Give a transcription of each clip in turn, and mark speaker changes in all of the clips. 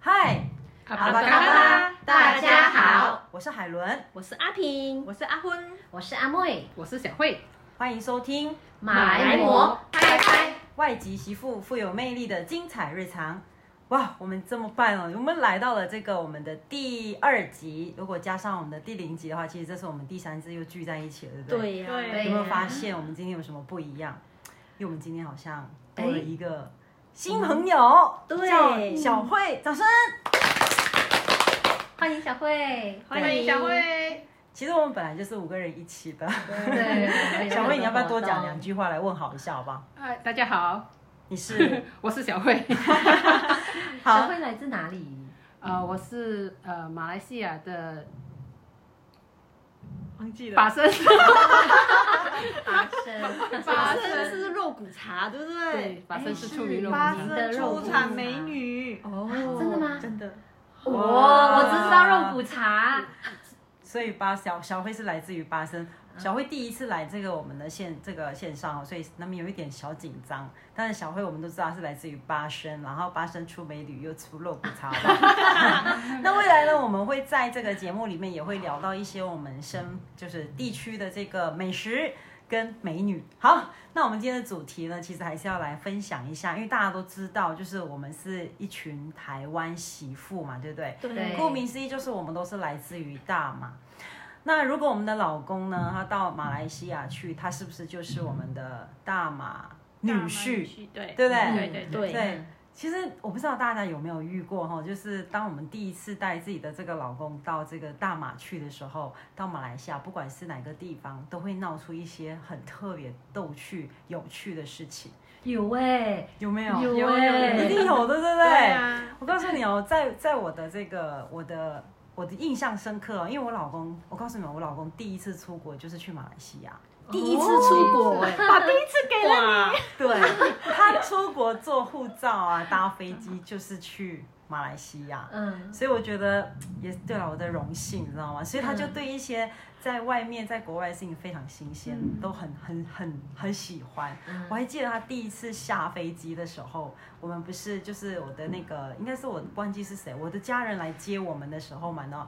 Speaker 1: 嗨，
Speaker 2: 阿
Speaker 1: 阿
Speaker 2: 巴
Speaker 1: 巴
Speaker 2: 嘎
Speaker 1: 嘎巴
Speaker 2: 巴，
Speaker 3: 大家好，
Speaker 1: 我是海伦，
Speaker 3: 我是阿平，
Speaker 1: 我是阿昏，
Speaker 3: 我是阿妹，
Speaker 2: 我是小慧，
Speaker 1: 欢迎收听
Speaker 3: 马来魔拍拍，
Speaker 1: 外籍媳妇富有魅力的精彩日常。哇，我们这么办哦！我们来到了这个我们的第二集，如果加上我们的第零集的话，其实这是我们第三次又聚在一起了，对不对？
Speaker 3: 呀
Speaker 2: 对
Speaker 1: 有没有发？现我们今天有什么不一样？因为我们今天好像多了一个新朋友，
Speaker 3: 对
Speaker 1: 叫小慧，掌声！
Speaker 3: 欢迎小慧，
Speaker 2: 欢迎小，慧。
Speaker 1: 其实我们本来就是五个人一起的，
Speaker 3: 对，
Speaker 1: 小慧，你要不要多讲两？句话来问好一下，好不好？
Speaker 2: 嗨，大家好，
Speaker 1: 你 是
Speaker 4: 嗯
Speaker 2: 我是小 慧。
Speaker 3: 小
Speaker 1: 好
Speaker 3: 慧来自哪里？
Speaker 2: 呃，我是呃马来西亚的
Speaker 4: 忘记了，
Speaker 2: 法生，
Speaker 3: 巴生，
Speaker 4: 八生是肉骨茶，对不
Speaker 2: 对，
Speaker 4: 对？
Speaker 2: 法生是出名肉骨
Speaker 4: 八
Speaker 3: 是
Speaker 2: 茶。
Speaker 4: 生出产美女，
Speaker 3: 哦，真的吗？
Speaker 4: 真的。
Speaker 3: 哇，我只知道肉骨茶，
Speaker 1: 所以巴小小慧是来自于巴生，
Speaker 3: 嗯
Speaker 1: 小慧第一次来这个我们的线这个线上哦，所以那么有一点小紧张。但是小慧我们都知道她是来自于巴生，然后巴生出美女又出肉骨茶。好不好 那未来呢，我们会在这个节目里面也会聊到一些我们生就是地区的这个美食。跟美女好，那我们今天的主题呢，其实还是要来分享一下，因为大家都知道，就是我们是一群台湾媳妇嘛，对不对？
Speaker 3: 对
Speaker 1: 顾名思义，就是我们都是来自于大马。那如果我们的老公呢，他到马来西亚去，他是不是就是我们的大马女婿？，
Speaker 4: 对
Speaker 1: 对不对
Speaker 4: 对对对。
Speaker 1: 对，其实我不知道大家有没有遇过哈，就是当我们第一次带自己的这个老公到这个大马去的时候，到马来西亚，不管是哪个地方，都会闹出一些很特别、逗趣、有趣的事情，
Speaker 3: 有哎，
Speaker 1: 有没有？
Speaker 3: 有
Speaker 1: 一
Speaker 3: 哎，
Speaker 1: 定有的，对不对？
Speaker 4: 对啊，
Speaker 1: 我告诉你哦，在在我的这个我的我的印象深刻、哦，因为我老公，我告诉你哦们，我老公第一次出国就是去马来西亚，第一次出国哎、
Speaker 4: 把第一次给了你，
Speaker 1: 对 他出国做护照啊，搭飞机就是去马来西亚。
Speaker 3: 嗯，
Speaker 1: 所以我觉得嗯也对了，我的荣幸，你知道吗？所以他
Speaker 4: 嗯
Speaker 1: 就对一些在外面、在国外的事情非常新鲜，
Speaker 4: 嗯
Speaker 1: 都很很很很喜欢。
Speaker 3: 嗯
Speaker 1: 我还记得他第一次下飞机的时候，我们不是就是我的那个，应该是我忘记是谁，我的家人来接我们的时候嘛，呢。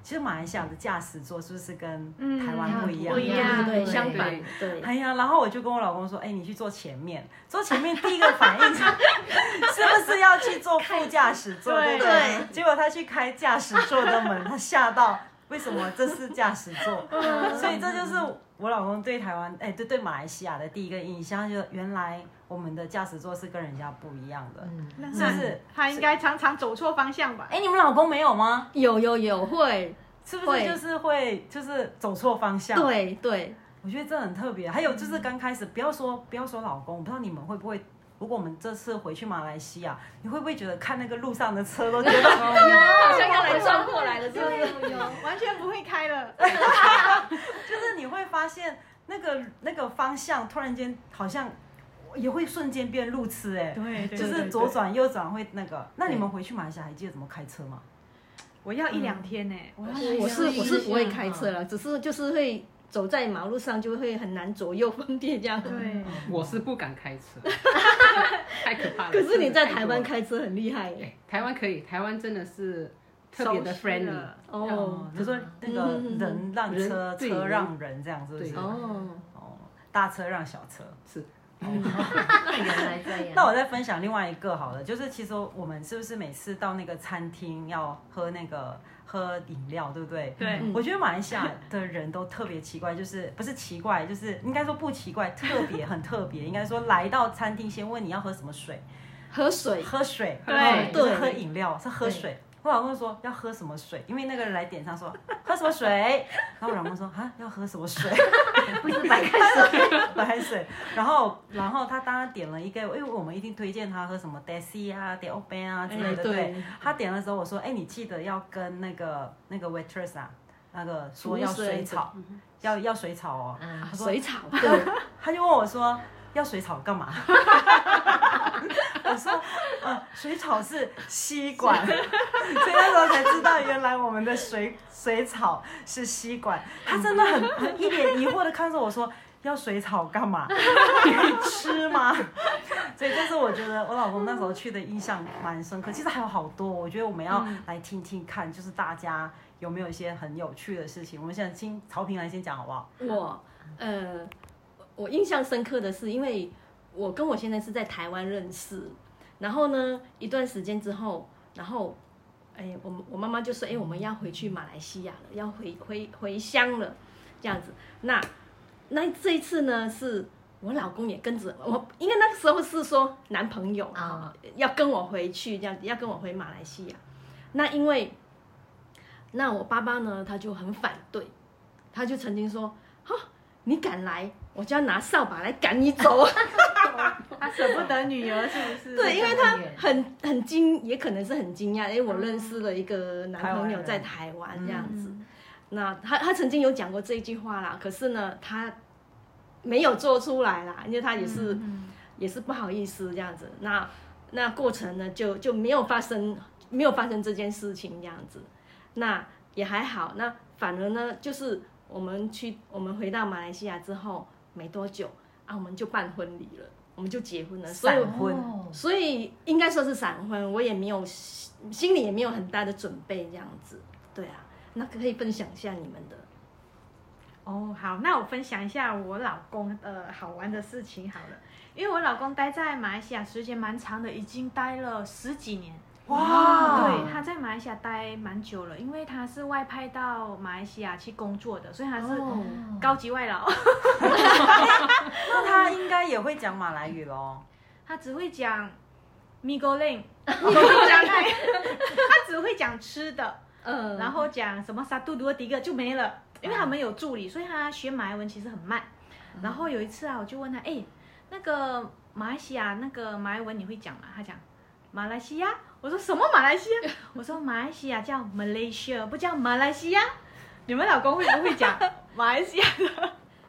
Speaker 1: 其实马来西亚的驾驶座是不是跟
Speaker 4: 嗯
Speaker 1: 台湾不一样？
Speaker 4: 不一样
Speaker 3: 对，
Speaker 4: 对
Speaker 3: 相反
Speaker 2: 对，
Speaker 3: 对，
Speaker 1: 哎呀，然后我就跟我老公说：“哎，你去坐前面。”坐前面第一个反应是是不是要去坐副驾驶座？对不对
Speaker 4: 对
Speaker 1: 结果他去开驾驶座的门，他吓到，为什么这是驾驶座？啊所以这就是我老公对台湾，哎，对对马来西亚的第一个印象，就原来我们的驾驶座是跟人家不一样的，
Speaker 3: 嗯
Speaker 1: 是不是？
Speaker 4: 他应该常常走错方向吧？
Speaker 1: 哎，你们老公没有吗？
Speaker 5: 有有有会，
Speaker 1: 是不是
Speaker 5: 会
Speaker 1: 就是会就是走错方向？
Speaker 5: 对对，
Speaker 1: 我觉得这很特别。还有就是刚开始，不要说不要说老公，我不知道你们会不会。如果我们这次回去马来西亚，你会不会觉得看那个路上的车都觉得
Speaker 5: 好像要来转过来了，是不是？
Speaker 4: 完全不会开了，
Speaker 1: 就是你会发现那个那个方向突然间好像也会瞬间变路痴哎、
Speaker 4: 对，
Speaker 1: 就是左。转右转会那个。那你们回去马来西亚还记得怎么开车吗？
Speaker 4: 我要一两天呢，
Speaker 2: 嗯
Speaker 4: 我要
Speaker 2: 哎
Speaker 5: 我是我是不会开
Speaker 1: 是
Speaker 2: 啊
Speaker 5: 车了，只是就是会走在马路上就会很难左右分辨这样。
Speaker 4: 对，
Speaker 2: 我是不敢开 车，太可怕了。
Speaker 5: 可是你在台湾
Speaker 2: 太
Speaker 5: 开车很厉害
Speaker 2: 多了，
Speaker 5: 耶，
Speaker 2: 哎台湾可以，台湾真的是特别的
Speaker 4: 熟悉
Speaker 2: friendly。
Speaker 4: 了
Speaker 5: 哦
Speaker 1: 就说那个
Speaker 5: 嗯嗯嗯
Speaker 1: 人让
Speaker 2: 人
Speaker 1: 车，
Speaker 2: 对
Speaker 1: 车
Speaker 2: 人
Speaker 1: 让人这样，是不是？
Speaker 2: 对
Speaker 5: 哦，
Speaker 1: 哦，大车让小车。哦
Speaker 2: 是，
Speaker 3: 原来这样。
Speaker 1: 那我再分享另外一个好了，就是其实我们是不是每次到那个餐厅要喝那个喝饮料，对不对？
Speaker 4: 对
Speaker 1: 我觉得马来西亚的人都特别奇怪，就是不是奇怪，就是应该说不奇怪，特别很特别，应该说来到餐厅先问你要喝什么水，
Speaker 5: 喝水
Speaker 1: 喝水，
Speaker 4: 对
Speaker 1: 不是
Speaker 5: 对
Speaker 1: 喝饮料是喝水。我老公说要喝什么水，因为那个人来点上说喝什么水，然后我老公说啊要喝什么水，
Speaker 3: 不是白开水，
Speaker 1: 白水，然后然后他当然点了一个，因为我们一定推荐他喝什么 Desi 啊、d e o b e n 啊之类的。
Speaker 5: 哎对
Speaker 1: 他点的时候我说，哎，你记得要跟那个那个 waitress 啊，那个
Speaker 5: 服
Speaker 1: 说
Speaker 5: 务
Speaker 1: 要
Speaker 5: 生
Speaker 1: 水草，要要水草哦。
Speaker 3: 啊
Speaker 1: 他说
Speaker 5: 水草，对，
Speaker 1: 他就问我说：“要水草干嘛？” 我说：“呃，水草是吸管。”所以那时候才知道，原来我们的水水草是吸管。他真的很很一脸疑惑的看着我说：“要水草干嘛？可以吃吗？所以这是我觉得我老公那时候去的印象蛮深刻。其实还有好多，我觉得我们要来听听看，就是大家有没有一些很有趣的事情。我们现在听曹平来先讲好不好？
Speaker 5: 我呃，我我印象深刻的是，因为我跟我现在是在台湾认识，然后呢，一段时间之后，然后，哎，我们我妈妈就说，哎，我们要回去马来西亚了，要回回回乡了，这样子。那那这一次呢，是我老公也跟着我，因为那个时候是说男朋友
Speaker 3: 啊
Speaker 5: 要跟我回去，这样子要跟我回马来西亚。那因为，那我爸爸呢，他就很反对，他就曾经说：“哈，你敢来，我就要拿扫把来赶你 走。
Speaker 4: 他舍不得女儿是不”是？
Speaker 5: 对，因为
Speaker 3: 这
Speaker 5: 他
Speaker 3: 么远
Speaker 5: 很很惊，也可能是很惊讶，哎，我认识了一个男朋友在台湾这样子。
Speaker 4: 嗯
Speaker 5: 那他他曾经有讲过这一句话啦，可是呢，他没有做出来啦，因为他也是、也是不好意思这样子。那那过程呢，就就没有发生，没有发生这件事情这样子。那也还好，那反而呢，就是我们去我们回到马来西亚之后没多久啊，我们就办婚礼了，我们就结婚了，所以
Speaker 1: 闪婚
Speaker 3: 哦
Speaker 5: 所以应该说是闪婚，我也没有心心里也没有很大的准备这样子。对啊，那可以分享一下你们的。
Speaker 4: 哦，好，那我分享一下我老公呃好玩的事情好了，因为我老公待在马来西亚时间蛮长的，已经待了十几年。
Speaker 1: 哇，
Speaker 4: 对，他在马来西亚待蛮久了，因为他是外派到马来西亚去工作的，所以他是
Speaker 1: 哦
Speaker 4: 高级外劳。
Speaker 1: 那他应该也会讲马来语喽。
Speaker 4: 他只会讲 mi goreng，不会讲哎，他只会讲吃的，
Speaker 5: 呃
Speaker 4: 然后讲什么沙杜多迪个就没了，因为他们有助理，所以他学马来文其实很慢。然后有一次啊，我就问他，哎，那个马来西亚那个马来文你会讲吗？他讲马来西亚，我说什么马来西亚？我说马来西亚叫 Malaysia，不叫马来西亚。你们老公会不会讲马来西亚？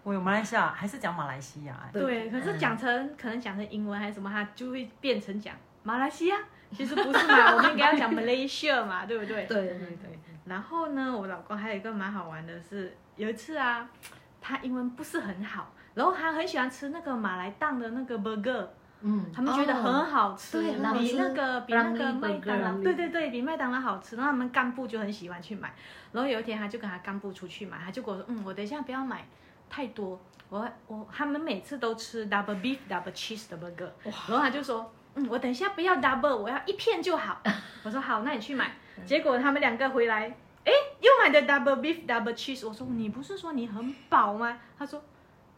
Speaker 1: 我有马来西亚，还是讲马来西亚、哎
Speaker 4: 对，嗯可是讲成、可能讲成英文还是什么，它就会变成讲马来西亚。其实不是 嘛，我们应该要讲 Malaysia 嘛，对不对？
Speaker 5: 对，
Speaker 2: 对对，
Speaker 4: 然后呢，我老公还有一个蛮好玩的是，有一次啊，他英文不是很好，然后他很喜欢吃那个马来档的那个 burger，
Speaker 3: 嗯，
Speaker 4: 他们觉得很好吃，
Speaker 5: 哦对很好
Speaker 4: 比
Speaker 5: 吃
Speaker 4: 那个比那个
Speaker 3: Ramly
Speaker 4: 麦当
Speaker 3: burger，
Speaker 4: 劳，对对对，比麦当劳好吃。然后他们干部就很喜欢去买。然后有一天，他就跟他干部出去买，他就跟我说：“嗯，我等一下不要买太多，我我他们每次都吃 double beef double cheese 的 burger。”然后他就说：“嗯，我等一下不要 double，我要一片就好。”我说：“好，那你去买。”结果他们两个回来，哎，又买的 double beef double cheese。我说：“你不是说你很饱吗？”他说：“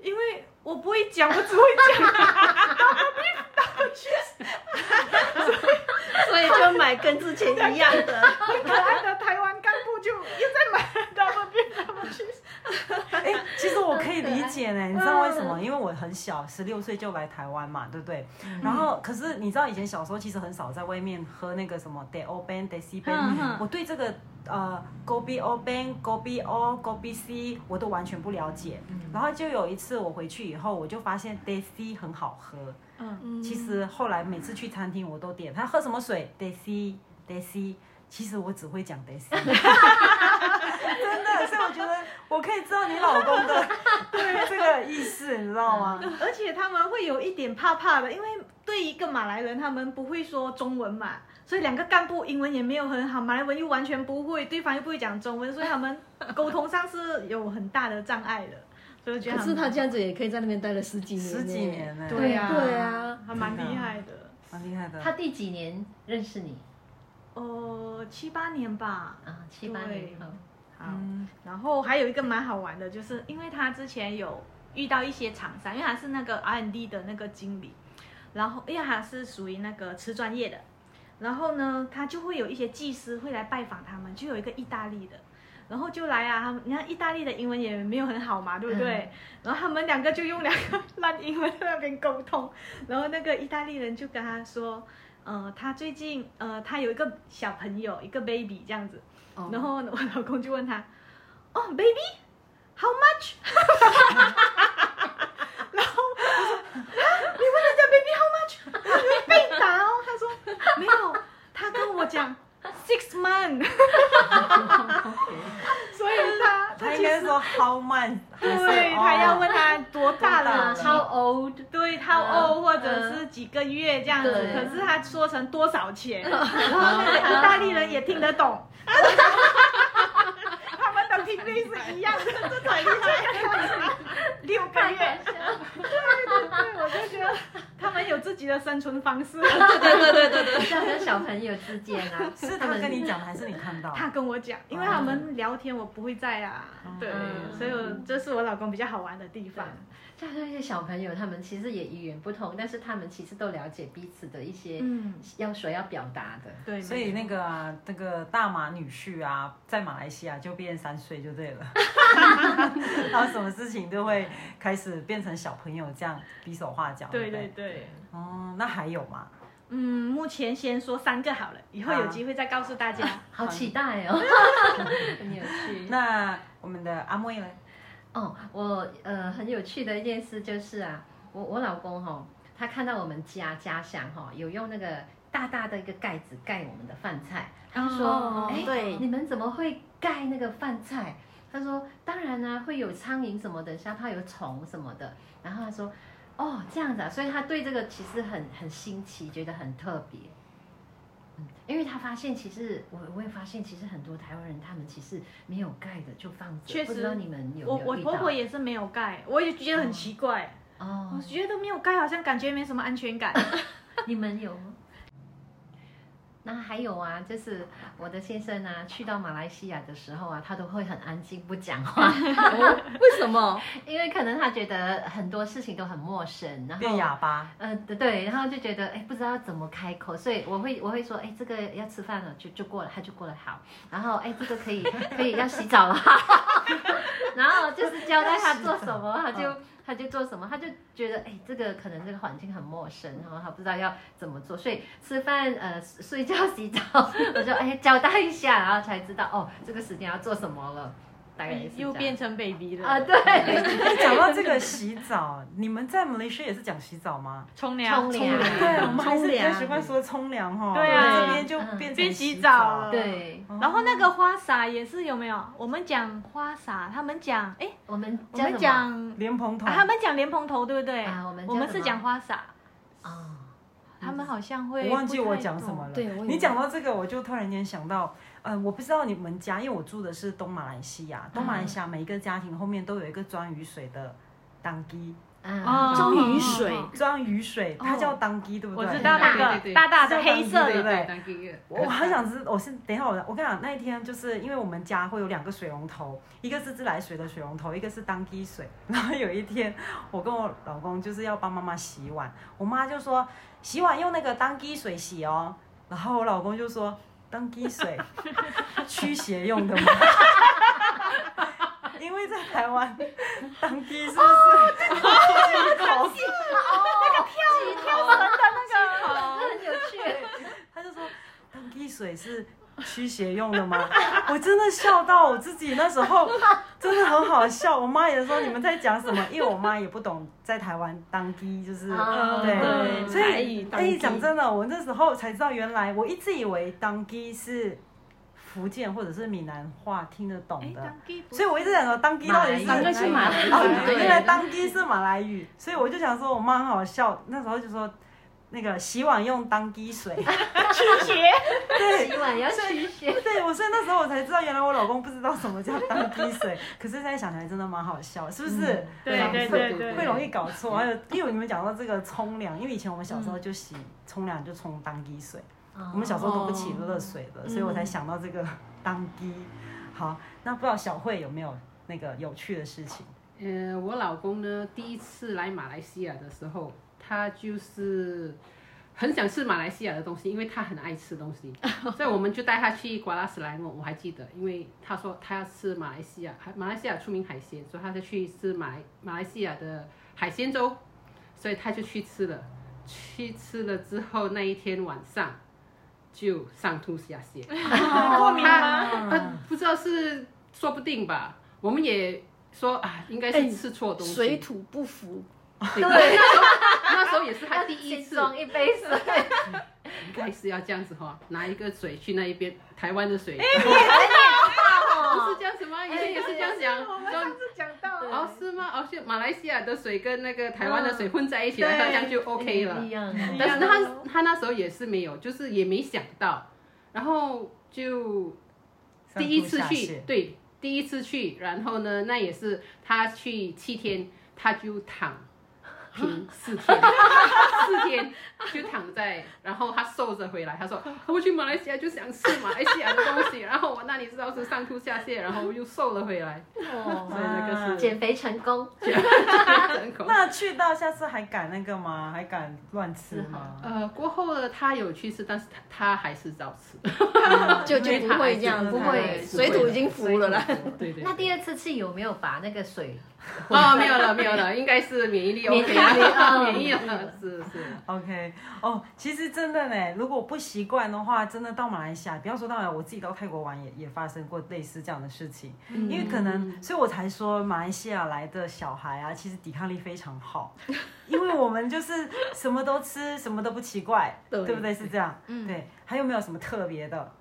Speaker 4: 因为我不会讲，我只会讲。”
Speaker 5: 所以就买跟之前一样的。
Speaker 4: 很可爱的台湾干部就又在买了 double beef double cheese。
Speaker 1: 哎、其实我可以理解
Speaker 4: 嗯
Speaker 1: 呢，你知道为什么？因为我很小，十六岁就来台湾嘛，对不对？
Speaker 4: 嗯
Speaker 1: 然后，可是你知道以前小时候其实很少在外面喝那个什么 de o ben de si ben，、
Speaker 4: 嗯嗯
Speaker 1: 我对这个呃 go b o ben go b o go b c 我都完全不了解。
Speaker 4: 嗯
Speaker 1: 然后就有一次我回去以后，我就发现 de si 很好喝。
Speaker 4: 嗯，
Speaker 1: 其实后来每次去餐厅我都点，他喝什么水？Desi Desi，其实我只会讲 Desi，真 的，所以我觉得我可以知道你老公的对这个意思，你知道吗？
Speaker 4: 而且他们会有一点怕怕的，因为对一个马来人，他们不会说中文嘛，所以两个干部英文也没有很好，马来文又完全不会，对方又不会讲中文，所以他们沟通上是有很大的障碍的。所以我觉得
Speaker 5: 可是他这样子也可以在那边待了十几年呢，
Speaker 1: 十几年呢，
Speaker 4: 对啊，
Speaker 5: 对啊，
Speaker 4: 还蛮厉害的。
Speaker 1: 蛮厉害的。
Speaker 3: 他第几年认识你
Speaker 4: 哦，七八年吧。
Speaker 3: 啊？七八年后，
Speaker 1: 嗯
Speaker 4: 好，然后还有一个蛮好玩的，就是因为他之前有遇到一些厂商，因为他是那个 R&D 的那个经理，然后因为他是属于那个吃专业的，然后呢，他就会有一些技师会来拜访他们，就有一个意大利的。然后就来啊，他们你看意大利的英文也没有很好嘛，对不对？然后他们两个就用两个 烂英文在那边沟通，然后那个意大利人就跟他说，呃，他最近呃，他有一个小朋友，一个 baby 这样子，然后我老公就问他，哦，baby，how much？然后我说，啊，你问人家 baby how much？他就被打哦。他说没有，他 跟我讲 six month，所以他他
Speaker 1: 他应应
Speaker 4: 其
Speaker 1: 该说 how 慢，
Speaker 4: 对他要问他多大
Speaker 1: 多大
Speaker 4: 了，超
Speaker 1: 了
Speaker 3: 超 old，
Speaker 4: 对超欧
Speaker 3: 嗯
Speaker 4: 或者是几个月这样子，
Speaker 3: 对
Speaker 4: 可是他说成多少 钱，然后那个意大利人也听得 懂。他们的频率是一样的，这才厉害。六个
Speaker 3: 太
Speaker 4: 月，
Speaker 3: 搞笑了
Speaker 4: 我就觉得他们有自己的生存方式。
Speaker 5: 对对对对对，
Speaker 3: 这样跟小朋友之间啊，
Speaker 1: 是他跟你讲的还是你看到？
Speaker 4: 他跟我讲，因为他们聊天我不会在啊，对，
Speaker 3: 嗯
Speaker 4: 所以我这是我老公比较好玩的地方。
Speaker 3: 这样一些小朋友，他们其实也语言不通，但是他们其实都了解彼此的一些
Speaker 4: 嗯，
Speaker 3: 要所要表达的。
Speaker 4: 对，
Speaker 1: 所以那个啊，那个大马女婿啊，在马来西亚就变三岁就 对了，然后什么事情都会开始变成小朋友这样比手画脚。
Speaker 4: 对
Speaker 1: 不
Speaker 4: 对对，
Speaker 1: 哦，那还有吗？
Speaker 4: 嗯，目前先说三个好了，以后有机会再告诉大家。
Speaker 3: 好期待 哦，很有趣。
Speaker 1: 那我们的阿妹呢？
Speaker 3: 哦，我呃很有趣的一件事就是啊，我我老公哈、他看到我们家家乡哈、有用那个大大的一个盖子盖我们的饭菜，
Speaker 4: 他哦
Speaker 3: 说哎、
Speaker 5: 对
Speaker 3: 你们怎么会盖那个饭菜？他说当然啦、会有苍蝇什么的，像怕有虫什么的。然后他说哦这样子啊，所以他对这个其实很很新奇，觉得很特别。嗯，因为他发现，其实我我也发现，其实很多台湾人他们其实没有盖的就放着，
Speaker 4: 确实
Speaker 3: 不知道你们有
Speaker 4: 我
Speaker 3: 没有
Speaker 4: 我
Speaker 3: 遇
Speaker 4: 婆
Speaker 3: 到
Speaker 4: 婆也是没有盖，我也觉得很奇怪，
Speaker 3: 哦
Speaker 4: 我，觉得没有盖好像感觉没什么安 全感。
Speaker 3: 你们有吗？那还有啊，就是我的先生啊，去到马来西亚的时候啊，他都会很安静不讲话，
Speaker 5: 为什么？
Speaker 3: 因为可能他觉得很多事情都很陌生，然
Speaker 1: 变
Speaker 3: 后。
Speaker 1: 哑巴，
Speaker 3: 呃，对，然后就觉得哎，不知道怎么开口，所以我会我会说，哎，这个要吃饭了，就就过了，他就过了好，然后哎，这个可以可以要洗澡了，然后就是交代他做什么，他就、他就做什么，他就觉得哎，这个可能这个环境很陌生，然后他不知道要怎么做，所以吃饭呃睡觉洗澡，我就哎交代一下，然后才知道哦，这个时间要做什么了，大概也是这
Speaker 4: 又
Speaker 3: 样
Speaker 4: 变成 baby 了
Speaker 3: 啊，对，
Speaker 1: 哎讲到这个洗澡，你们在马来西亚也是讲洗澡吗？
Speaker 4: 冲凉
Speaker 3: 冲凉
Speaker 1: 对，我们还是
Speaker 5: 冲
Speaker 1: 比较
Speaker 5: 凉
Speaker 1: 习惯说冲凉哦哈。
Speaker 4: 对啊
Speaker 1: 这边就变成
Speaker 4: 变
Speaker 1: 洗
Speaker 4: 洗
Speaker 1: 澡
Speaker 4: 澡了
Speaker 3: 对，
Speaker 1: 哦
Speaker 4: 然后那个花洒也是有没有？我们讲花洒，他们讲哎，
Speaker 3: 我们
Speaker 4: 我
Speaker 3: 叫什
Speaker 4: 们
Speaker 3: 么
Speaker 4: 讲
Speaker 1: 莲蓬头
Speaker 4: 啊，他们讲莲蓬头对不对？
Speaker 3: 啊我们叫什
Speaker 4: 是
Speaker 3: 么
Speaker 4: 讲花洒，
Speaker 3: 哦
Speaker 4: 他们好像会
Speaker 1: 我忘记
Speaker 4: 不太
Speaker 1: 我讲什么了。
Speaker 5: 对我也
Speaker 1: 你讲到这个，我就突然间想到，呃，我不知道你们家，因为我住的是东马来西
Speaker 4: 嗯
Speaker 1: 亚，东马来西亚每一个家庭后面都有一个装雨水的当机，
Speaker 3: 嗯
Speaker 4: 哦
Speaker 5: 装雨水
Speaker 4: 哦
Speaker 1: 装雨水，它
Speaker 4: 哦
Speaker 1: 叫当机，对
Speaker 4: 懂
Speaker 1: 不
Speaker 4: 我
Speaker 1: 对？
Speaker 4: 知道那
Speaker 2: 对对
Speaker 4: 个
Speaker 2: 对
Speaker 4: 大大的黑色
Speaker 1: 对
Speaker 4: 的
Speaker 1: 不对
Speaker 2: 当地乐，
Speaker 1: 我很想知，我是等一下我我跟你讲，那一天就是因为我们家会有两个水龙头，一个是自来水的水龙头，一个是当地水。 然后有一天，我跟我老公就是要帮妈妈洗碗，我妈就说洗碗用那个当地水洗哦，然后我老公就说当地水驱邪用的吗？ 因为在台湾，当地是不是？
Speaker 3: 很有趣，
Speaker 1: 他就说当地水是驱邪用的吗？ 我真的笑到我自己，那时候真的很好笑。我妈也说你们在讲什么，因为我妈也不懂在台湾当地就是。
Speaker 3: 啊
Speaker 1: 对
Speaker 5: 嗯
Speaker 1: 所
Speaker 5: 台
Speaker 1: 以
Speaker 5: 语，当
Speaker 1: 哎，
Speaker 5: 地
Speaker 1: 讲真的，我那时候才知道，原来我一直以为当地是福建或者是闽南话听得懂
Speaker 4: 哎，
Speaker 1: 的，
Speaker 4: 当地不
Speaker 1: 所以我一直想说当地到底是
Speaker 3: 马来语
Speaker 5: 应该是马来语
Speaker 1: 哦
Speaker 5: 对
Speaker 1: 原来当地是马来语，所以我就想说，我妈很好笑，那时候就说那个洗碗用当地水，
Speaker 3: 洗碗要去学，
Speaker 1: 对，我所以那时候我才知道，原来我老公不知道什么叫当滴水， 可是现在想起来真的蛮好笑，是不
Speaker 3: 嗯
Speaker 1: 是？
Speaker 4: 对对对对，
Speaker 1: 会容易搞错。还有，因为你们讲到这个冲凉，因为以前我们小时候就洗冲凉就冲当滴水，
Speaker 3: 哦
Speaker 1: 我们小时候都不起热水的，所以我才想到这个当滴。好，那不知道小慧有没有那个有趣的事情？
Speaker 2: 呃，我老公呢，第一次来马来西亚的时候，他就是很想吃马来西亚的东西，因为他很爱吃东西，所以我们就带他去瓜拉斯莱诺。我还记得，因为他说他要吃马来西亚，海马来西亚出名海鲜，所以他就去吃马来马来西亚的海鲜粥，所以他就去吃了。去吃了之后，那一天晚上就上吐下泻。
Speaker 4: 过敏吗？
Speaker 2: 啊， 不知道是说不定吧，我们也说啊，应该
Speaker 5: 哎
Speaker 2: 是吃错东西。
Speaker 5: 水土不服，
Speaker 2: 对，那时候那时候也是他
Speaker 3: 要
Speaker 2: 第一
Speaker 3: 啊先
Speaker 2: 次，
Speaker 3: 装一杯水，
Speaker 2: 应该是要这样子哈、拿一个水去那一边台湾的水，
Speaker 3: 很
Speaker 2: 哦是这样子吗？以前也是这样讲，
Speaker 4: 我们上次讲到
Speaker 2: 哦，是吗？哦，是马来西亚的水跟那个台湾的水混在一起，那这样就 OK 了
Speaker 3: 哎一。样。
Speaker 2: 但是他他那时候也是没有，就是也没想到，然后就第一次
Speaker 1: 上吐下
Speaker 2: 去
Speaker 1: 泻，
Speaker 2: 对，第一次去，然后呢，那也是他去七天，他就躺 平四天，四天就躺在，然后他瘦着回来，他说我去马来西亚就想吃马来西亚的东西，然后我那里知道是上吐下泻，然后我又瘦了回来， 所以
Speaker 3: 哦，
Speaker 2: 那个是
Speaker 3: 减肥成功，
Speaker 2: 成功。
Speaker 1: 那去到下次还敢那个吗？还敢乱吃吗？
Speaker 2: 呃，过后呢，他有去吃，但是他他还是照吃。
Speaker 5: 就就不会这样，
Speaker 1: 因为
Speaker 5: 不
Speaker 1: 它还是
Speaker 5: 会，
Speaker 1: 不
Speaker 5: 水
Speaker 1: 会
Speaker 5: 土已经服了啦。
Speaker 2: 对对。
Speaker 3: 那第二次去有没有把那个水？
Speaker 2: 哦，没有了，没有了，应该是免疫力哦 OK 了，
Speaker 3: 免
Speaker 2: 免
Speaker 3: 疫
Speaker 2: 疫
Speaker 3: 力
Speaker 2: 了，是是。
Speaker 1: OK，哦，其实真的呢，如果不习惯的话，真的到马来西亚，不要说到马来西亚，我自己到泰国玩也也发生过类似这样的事情，
Speaker 5: 嗯
Speaker 1: 因为可能，所以我才说马来西亚来的小孩啊，其实抵抗力非常好，因为我们就是什么都吃，什么都不奇怪，
Speaker 5: 对
Speaker 1: 对不对？是这样，对。还有没有什么特别的？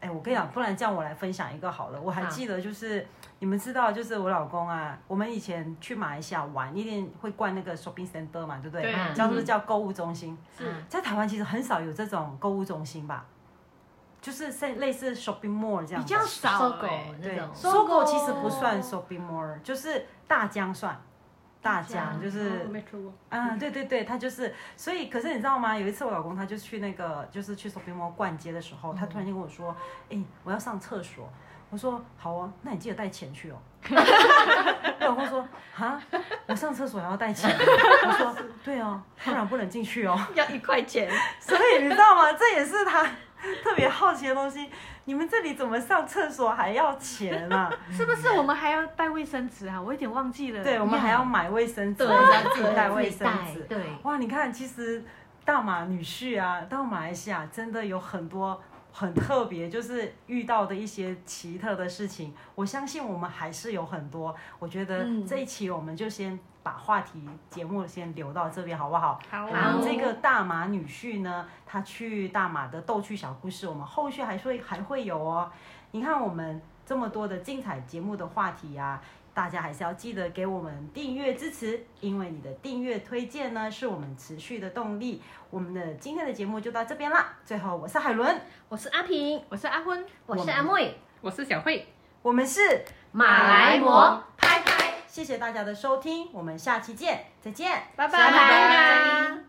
Speaker 1: 哎，我跟你讲，不然这样我来分享一个好了。我还
Speaker 3: 好
Speaker 1: 记得就是。你们知道，就是我老公啊，我们以前去马来西亚玩，一定会逛那个 shopping center 嘛，对不对？
Speaker 4: 对
Speaker 1: 叫做叫购物中心。
Speaker 3: 嗯
Speaker 1: 在台湾其实很少有这种购物中心吧，就是像类似 shopping mall 这样
Speaker 4: 比
Speaker 1: 子。
Speaker 4: 较
Speaker 3: 搜
Speaker 4: 少
Speaker 3: 狗
Speaker 4: 哎
Speaker 3: 那
Speaker 1: 对
Speaker 3: 种，
Speaker 1: 搜狗
Speaker 4: 搜狗
Speaker 1: 其实不算 shopping mall，就是大疆算。大疆
Speaker 3: 疆
Speaker 5: 哦
Speaker 1: 就是嗯，对对对，他就是，所以可是你知道吗？有一次我老公他就去那个，就是去 shopping mall 逛街的时候，他突然间跟我说：“哎、我要上厕所。”我说：“好啊，那你记得带钱 去哦。”我老公说：“啊，我上厕所还要带钱？”哦我说：“对哦，不然不能进去哦。”
Speaker 5: 要一块钱，
Speaker 1: 所以你知道吗？这也是他特别好奇的东西。你们这里怎么上厕所还要钱啊？
Speaker 4: 是不是我们还要带卫生纸啊？我有点忘记了。
Speaker 1: 对，我们还要买卫生纸，
Speaker 5: 对
Speaker 1: 我们还要自己带卫
Speaker 3: 自己
Speaker 1: 生
Speaker 3: 带
Speaker 1: 纸。
Speaker 3: 对，
Speaker 1: 哇，你看，其实大马女婿啊，到马来西亚真的有很多很特别，就是遇到的一些奇特的事情。我相信我们还是有很多。我觉得
Speaker 5: 嗯
Speaker 1: 这一期我们就先把话题节目先留到这边，好不好？
Speaker 4: 好
Speaker 5: 哦
Speaker 1: 我们这个大马女婿呢，他去大马的逗趣小故事，我们后续还会还会有哦。你看我们这么多的精彩节目的话题啊，大家还是要记得给我们订阅支持，因为你的订阅推荐呢，是我们持续的动力。我们的今天的节目就到这边啦。最后，我是海伦，
Speaker 5: 我是阿平，
Speaker 4: 我是阿昏，
Speaker 3: 我是阿妹，
Speaker 2: 我是小慧，
Speaker 1: 我们是，
Speaker 3: 马来貘，
Speaker 1: 谢谢大家的收听，我们下期见，再见。
Speaker 4: 拜
Speaker 3: 拜
Speaker 4: 拜
Speaker 3: 拜。